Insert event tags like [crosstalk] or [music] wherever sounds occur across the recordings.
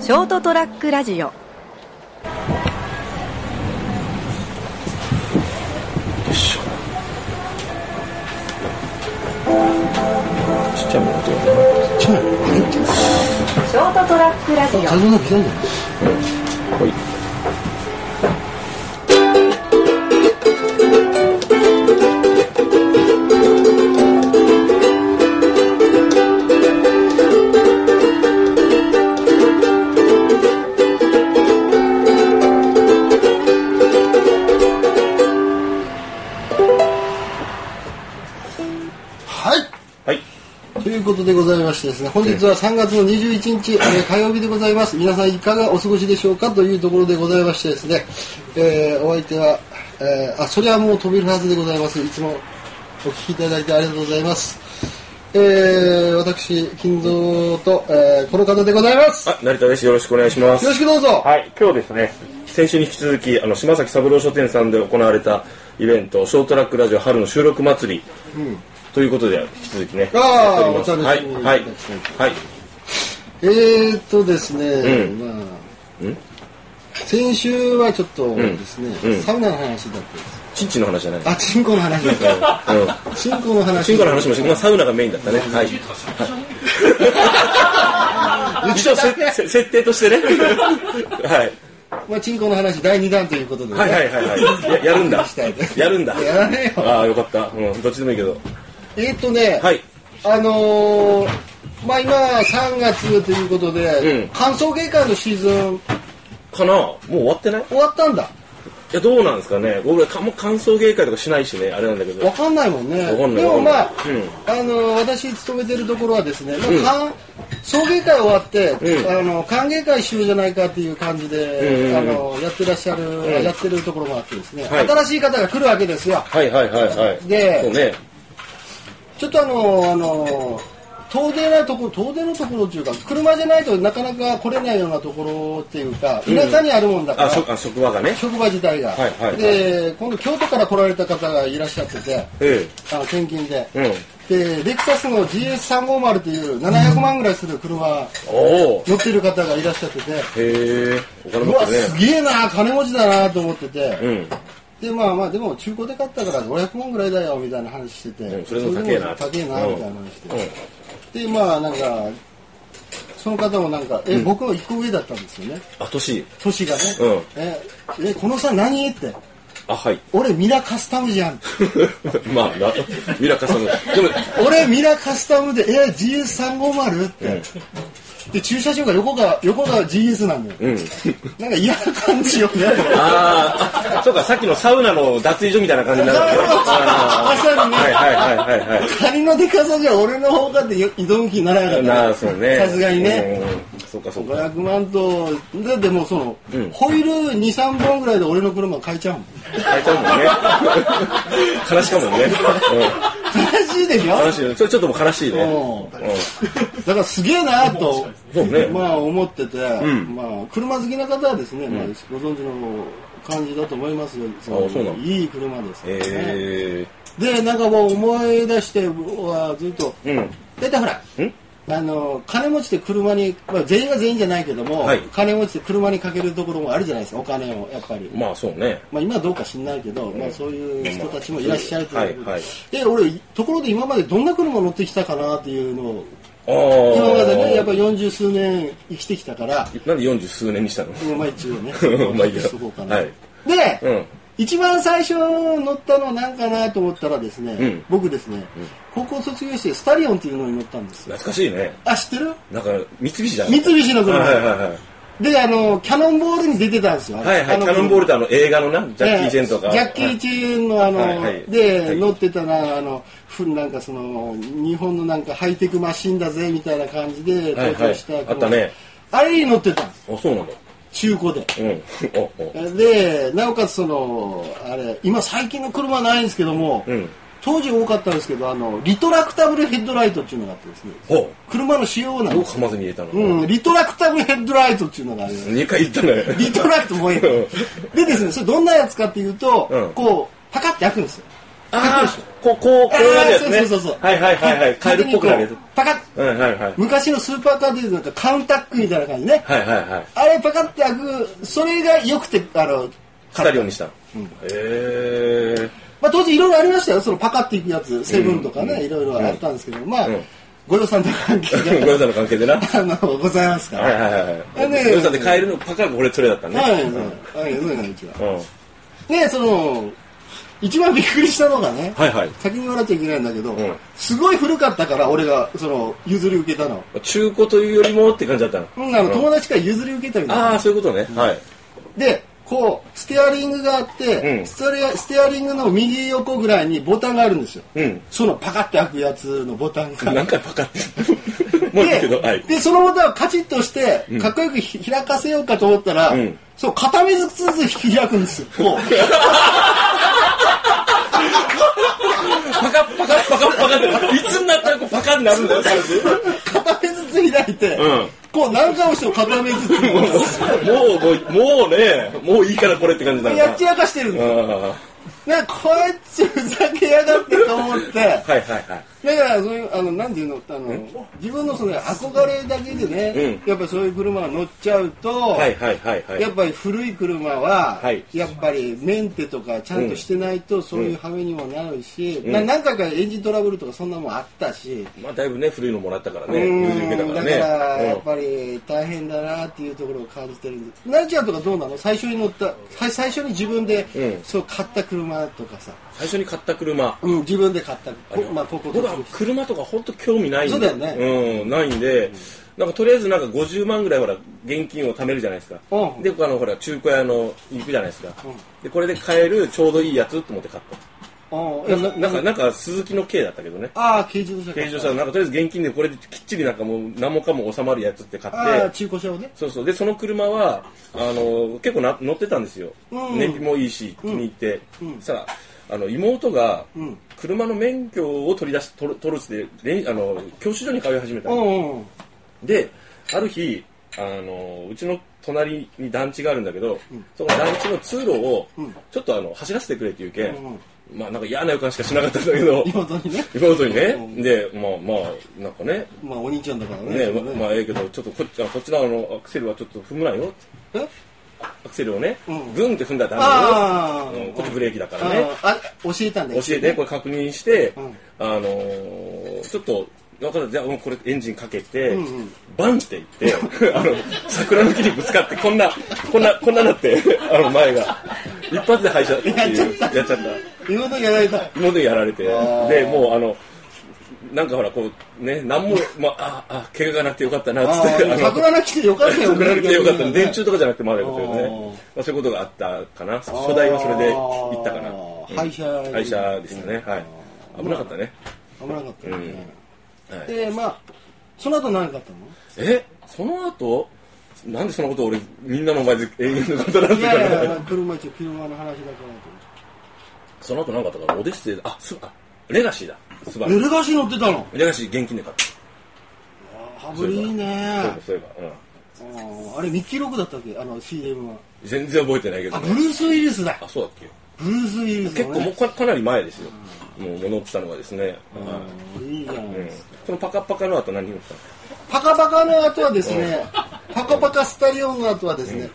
ショートトラックラジオよいしょちっちゃいもの音が出ないちょっと入ってるショートトラックラジ体が嫌いじゃないほいはいはいということでございましてですね本日は3月の21日、えー火曜日でございます皆さんいかがお過ごしでしょうかというところでございましてですね、えーお相手は、えーあそれはもう飛べるはずでございますいつもお聞きいただいてありがとうございますえー、私金蔵と、えーこの方でございますよあ成田ですよろしくお願いしますろしくどうぞ、はい、今日ですね、先週に引き続きあの島崎三郎書店さんで行われたイベント「ショートラックラジオ春の収録祭り」ということで引き続きねあーやっておりますおは楽しいみはにいはいえーっとですね、うんまあ先週はちょっとですね、うんうんサウナの話だったんですチンチンの話じゃないあチンコの話だったうんチンコの話。チンコの話もして、まあ、サウナがメインだったね。はい。はい、一応せせ設定としてね。はい。まあ、チンコの話第2弾ということで、ね。はいはいはいはい。ややるんだしたいね。やるんだ。やらねえよああ、よかった。うん、どっちでもいいけど。えーっとね、はい。あのーまあ今3月ということで、うん歓送迎会のシーズンかなもう終わってない終わったんだ。いや、どうなんですかね。僕らかもう歓送迎会とかしないしね、あれなんだけわど。かんないもんね。わかんないでもまわあ、かんないあのー私勤めてるところはですね、もう歓送迎会終わって、うんあの歓迎会しようじゃないかっていう感じで、うんうんうんあのやってらっしゃる、んやってるところもあってですね、はい新しい方が来るわけですよ。はいはいはいはい。でそうね。ちょっとあのあの遠出ないところ遠出のところっていうか車じゃないとなかなか来れないようなところっていうかん田舎にあるもんだから、あ、職あ職場がね。職場自体が、はいはいはいで今度京都から来られた方がいらっしゃっててえあの転勤で、え。うん。でレクサスの GS350 っていう700万ぐらいする車おお。乗ってる方がいらっしゃっててへえ。お金う持わってるすね。げえな金持ちだなと思ってて、うん。でまあまあでも中古で買ったから500万ぐらいだよみたいな話してて、うんそれでも高えなそれでも高えなみたいな話して、うんうんでまあなんかその方もなんか「え、僕は1個上だったんですよねあ、年。年がね、うんええこのさ何?」ってあ、はい。 「俺ミラカスタムじゃん」 [laughs] まあな、ミラカさんの。でも、俺ミラカスタムでえ GS350 って、で駐車場が横が横が GS なんだよ、うん。なんか嫌な感じよね [laughs] ああ、そうか、さっきのサウナの脱衣所みたいな感じになるわけね。あまさにーねはいはいはいはいはカニのデカさじゃ俺の方がってよ挑む気にならなかっい。たなあ、そうね。さすがにねうんうん。そうかそうか。 500万とででもその、うんホイール23本ぐらいで俺の車買えちゃうもん泣いちゃうもんね。 [laughs] 悲しかもんね。悲しいでしょうん。悲しいね。それちょっともう悲しいね。うんうだからすげえなと、そうねまあ思ってて、んまあ車好きな方はですね、まあ、ご存知の感じだと思いますよあそうなのいい車ですからね、えでなんかもう思い出して僕はずっとえ。うん。大体ほらんあの金持ちで車に、まあ、全員が全員じゃないけども、はい金持ちで車にかけるところもあるじゃないですかお金をやっぱり、まあそうね。まあ、今はどうか知んないけど、まあ、そういう人たちもいらっしゃるということはで,、いはいで俺ところで今までどんな車乗ってきたかなっていうのをああ。今までねやっぱ四十数年生きてきたからなんで四十数年にしたのまあ一応ね [laughs] まあいいやしとこうかな、はいで、うん一番最初乗ったのは何かなと思ったらですね、うん僕ですね、高校卒業してスタリオンっていうのに乗ったんですよ懐かしいね。あ知ってるなんか、三菱じゃん。三菱の車はいはいはい。であのキャノンボールに出てたんですよはいはい。あキのャノンボールってあの映画のな、ジャッキー・チェンとか。ジャッキー・チェンのあの、はいはいで、はい乗ってたなあのふなんかその日本のなんかハイテクマシンだぜみたいな感じではい登はい場した、あったねあれに乗ってたんですン。あ、そうなんだ。中古でうん。おおでなおかつそのあれ今最近の車ないんですけども、うん当時多かったんですけどあのリトラクタブルヘッドライトっていうのがあってですねほ車の仕様なう。んよでくす噛まずに入れたの。うん、リトラクタブルヘッドライトっていうのがあります2回言ったね。リトラクトもいいの。でですね、それどんなやつかっていうと、うんこう、パカって開くんですよ。 [laughs] ああ、こう、こう、こうやるやつね。あーそうそうそうそうはいはいはいはい。カエルっぽくなるやつ。パカッはいはいはい。昔のスーパーカーでいうなんかカウンタックみたいな感じね。はいはいはい。あれパカッて開く、それが良くて、あの、スタリオにしたの。へえ。まあ当時いろいろありましたよ。そのパカッていくやつ、セブンとかね、いろいろあったんですけど、まあうん、ご予算の関係ごめんなさいの関係でな。はが、あの、ございますかいら。はいはい。ねごめんなさいでカエルのパカがこれそれだったね。はいはいはいうん。はい、そういうのが一番。うんで、その、一番びっくりしたのがね、はいはい。先に笑っちゃいけないんだけど、うんすごい古かったから、俺が、その、譲り受けたの。中古というよりもって感じだったの。うん、あの、うん友達から譲り受けたみたいな。ああ、そういうことね。はい。で、こう、ステアリングがあって、うんステアステアリングの右横ぐらいにボタンがあるんですよ。うん。そのパカって開くやつのボタンが。何回パカって。 [laughs] もういいけど、はい。で、そのボタンをカチッとして、かっこよくひ開かせようかと思ったら、うんそう、片目ずつずつ開くんですよ。こう。 [laughs] パカッパカッパカッパカッって、いつになったらこうパカッになるんだよ、最初片目ずつ開いて、うんこう何回もしても片目ずつ [laughs] もう、もう、もうね、もういいからこれって感じなのかやっちらかしてるんうだよ。んはいなんかこいつふざけやがってと思って、だかはいはい。らそういう、あの、なんていうの、あの、自分のその憧れだけでね、やっぱりそういう車が乗っちゃうと、はいはいはいはい。やっぱり古い車は、はいやっぱりメンテとかちゃんとしてないとそういう羽目にもなるし、な何回かエンジントラブルとかそんなもんあったし、まあだいぶね、古いのもらったからね、譲り受けうたんかだらかね。らやうっんぱり大変だなっていうところを感じてるんですなるちゃんとかどうなの最初に乗ったさ最初に自分で、うんそう買った車とかさ、最初に買った車。うん、自分で買ったこまあここ僕は車とか本当興味ないんでそうだよねうん、ないんで、なんかとりあえずなんか50万ぐらいほら現金を貯めるじゃないですか、うんであのほら中古屋の行くじゃないですか、うんでこれで買えるちょうどいいやつと思って買っうんいたやななんかなんかなんか鈴木の軽だったけどねああ軽自動車買軽った自動車のなんかとりあえず現金でこれできっちりなんかもう何もかも収まるやつって買ああって中古車をねそうそうでその車はあの結構な乗ってたんですよ、うん燃費もいいし気に入って、うんさああの妹がうん車の免許を取り出し取る取るっつってれんあの教習所に通い始めたうの、んうんである日あのうちの隣に団地があるんだけど、その団地の通路をんちょっとあの走らせてくれっていうけ、うんん、まあなんか嫌な予感しかしなかったんだけど妹にね妹にね、うんでまあまあなんかねまあお兄ちゃんだからねねそれねままあええけどちょっとこっちあこっちのあのアクセルはちょっと踏むなよってえアクセルをね、うんグンって踏んだらダあメあよ、うんこっちブレーキだからねああ教えたんだよ教えてこれ確認して、うんあのーちょっと分かったじゃあもうこれエンジンかけて、うんうんバンっていって [laughs] あの桜の木にぶつかってこんなこんなこんななってあの前が一発で廃車っていうやっちゃった妹にやられた妹にやられてーでもうあのなんかほらこうね何も、まあああ怪我がなくてよかったなっあつってああの桜なきてよかったよ送られてよかった。 [laughs] 電柱柱とかじゃなくてもあるよというあーね。まあ、そういうことがあったかな。初代はそれで行ったかな。廃車廃車でしたね。はい。危なかったね。危なかったよね、はいでまあその後何かあったのえ、その後、なんでそのことを俺、みんなの前で永遠のことなんていかやいな。や車一応車の話だからとその後なんかあったかな。オデッセイだ、あ、す、あ、レガシーだ。素晴ら思っしてレガシー乗ってたのい。レガシー現金で買っ羽振りいいた。ねそういえば、そういえば。うん。ああれミッキーロックだったっけあの CM は全然覚えてないけどあブねル。ース・ウィリスだあ、そうだっけブルース・ウィリスだ、ね、結構もうかかなり前ですよ。もう、戻ってたのがですね。はうんいいじゃないいうんですか、そのパカパカの後何乗ったのパカパカの後はですね、パカパカスタリオンの後はですね、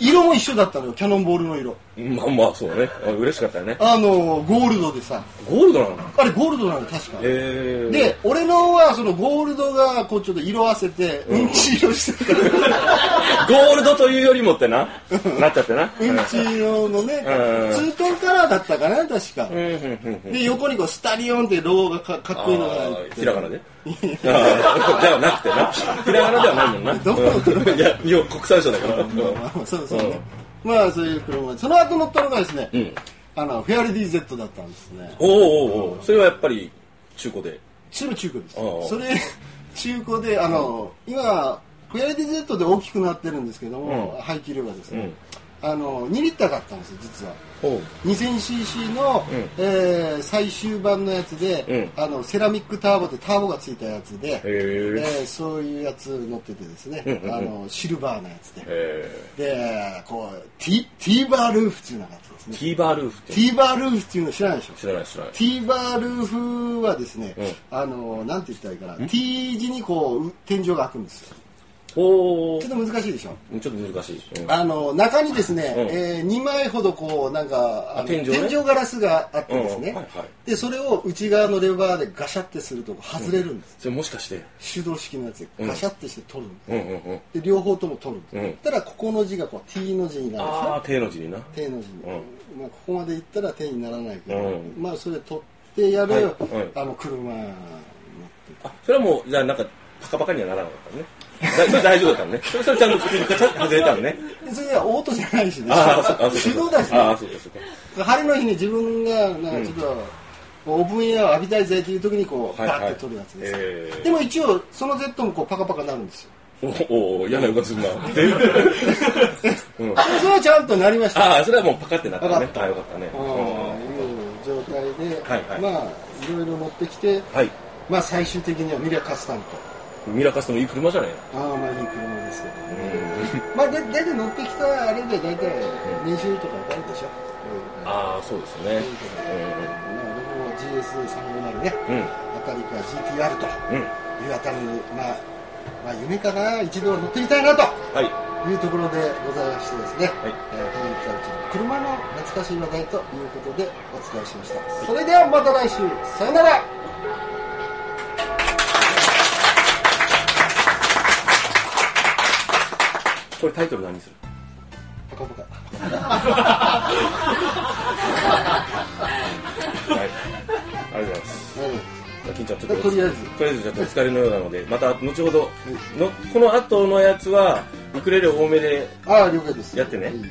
色も一緒だったのよキャノンボールの色まあまあそうだねあ嬉しかったよねあのゴールドでさゴールドなのあれゴールドなの確かええで、俺のはそのゴールドがこうちょっと色あせて、うんち色してた [laughs] ゴールドというよりもってななっちゃってなうんち色のね、ツうんートンカラーだったかな、確か。うんうんうんうんで、横にこうスタリオンってロゴがかかっこいいのがあ入っーて。ひらがなであーではなくてなひらがなではないもんな [laughs] どこの車うんいや日本国産車だからうんまあまあそうそうね。まあそういう車で。その後乗ったのがですね、うんあの、フェアレディ Z だったんですね。おおおうおうそれはやっぱり中古でそれ中古ですああ。それ、中古で、あの、今、フェアレディ Z で大きくなってるんですけども、う排気量がですね、あの2リッター買ったんですよ実はほ 2000cc の、うんえー最終版のやつで、うあのセラミックターボってターボがついたやつーで、えーそういうやつ乗っててですね、うんうんあのシルバーのやつで、えでこうティティーバールーフっていうのがあってですー、ねティーバールーフってティーバールーフっていうの知らないでしょ知らない知らないティーバールーフはですね、うんあのなんて言ったらいいかな T 字にこうう天井が開くんですよほちょっと難しいでしょうちょっと難しい、うんあの中にですね、うんえ2枚ほどこうなんかあの天井ねガラスがあってですね、うんはいはいでそれを内側のレバーでガシャってすると外れるんです、それもしかして手動式のやつでガシャってして取るんです、うんうんうんで両方とも取るんです、うんそしたらここの字がこう T の字になるでしあょあ手の字にな手の字に、うんまあ、ここまでいったら手にならないけど、うんまあそれ取ってやる、はいはいあの車のあそれはもうじゃあなんかパカパカにはならなかったねだ大丈夫だった [laughs] のねそれそれちゃんと普通にカチャッて外れたのねでそれはオートじゃないしねああそうかあそう手動だしねああそうかそうか晴れの日に自分がなんかちょっと、オープンエアを浴びたいぜっていう時にこう、はいはいバッて取るやつです、えーでも一応その Z もこうパカパカなるんですよおおお嫌な予感するな [laughs] うんでそれはちゃんとなりましたああそれはもうパカってなったねパカッとああよかったねううんんいう状態で、はいはいまあいろいろ乗ってきて、はいまあ最終的にはミラカスタムとミラカスもいい車じゃないああまあいい車ですけど、まあで大体乗ってきたあれで大体年収とか分かるでしょ、うんまあああそうですね僕も GS350 ね、うんうんあたりか GTR とうんいうあたりに、まあ、まあ夢かな一度は乗ってみたいなとはいいうところでございましてですね、はいえー本日はちょっと車の懐かしい話題ということでお伝えしましたそれではまた来週さよならこれタイトル何にする [laughs] パカパカはいありがとうございます金ちゃんちょっととりあえずとりあえずちょっとお疲れのようなのでまた後ほどのこの後のやつはウクレレ多めでああ了解ですやってね、ううんん、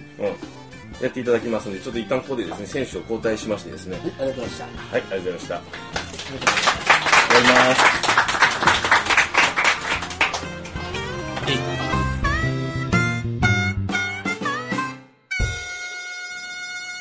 やっていただきますのでちょっと一旦ここでですね選手を交代しましてですねはいありがとうございましたはいありがとうございましたありがとうございます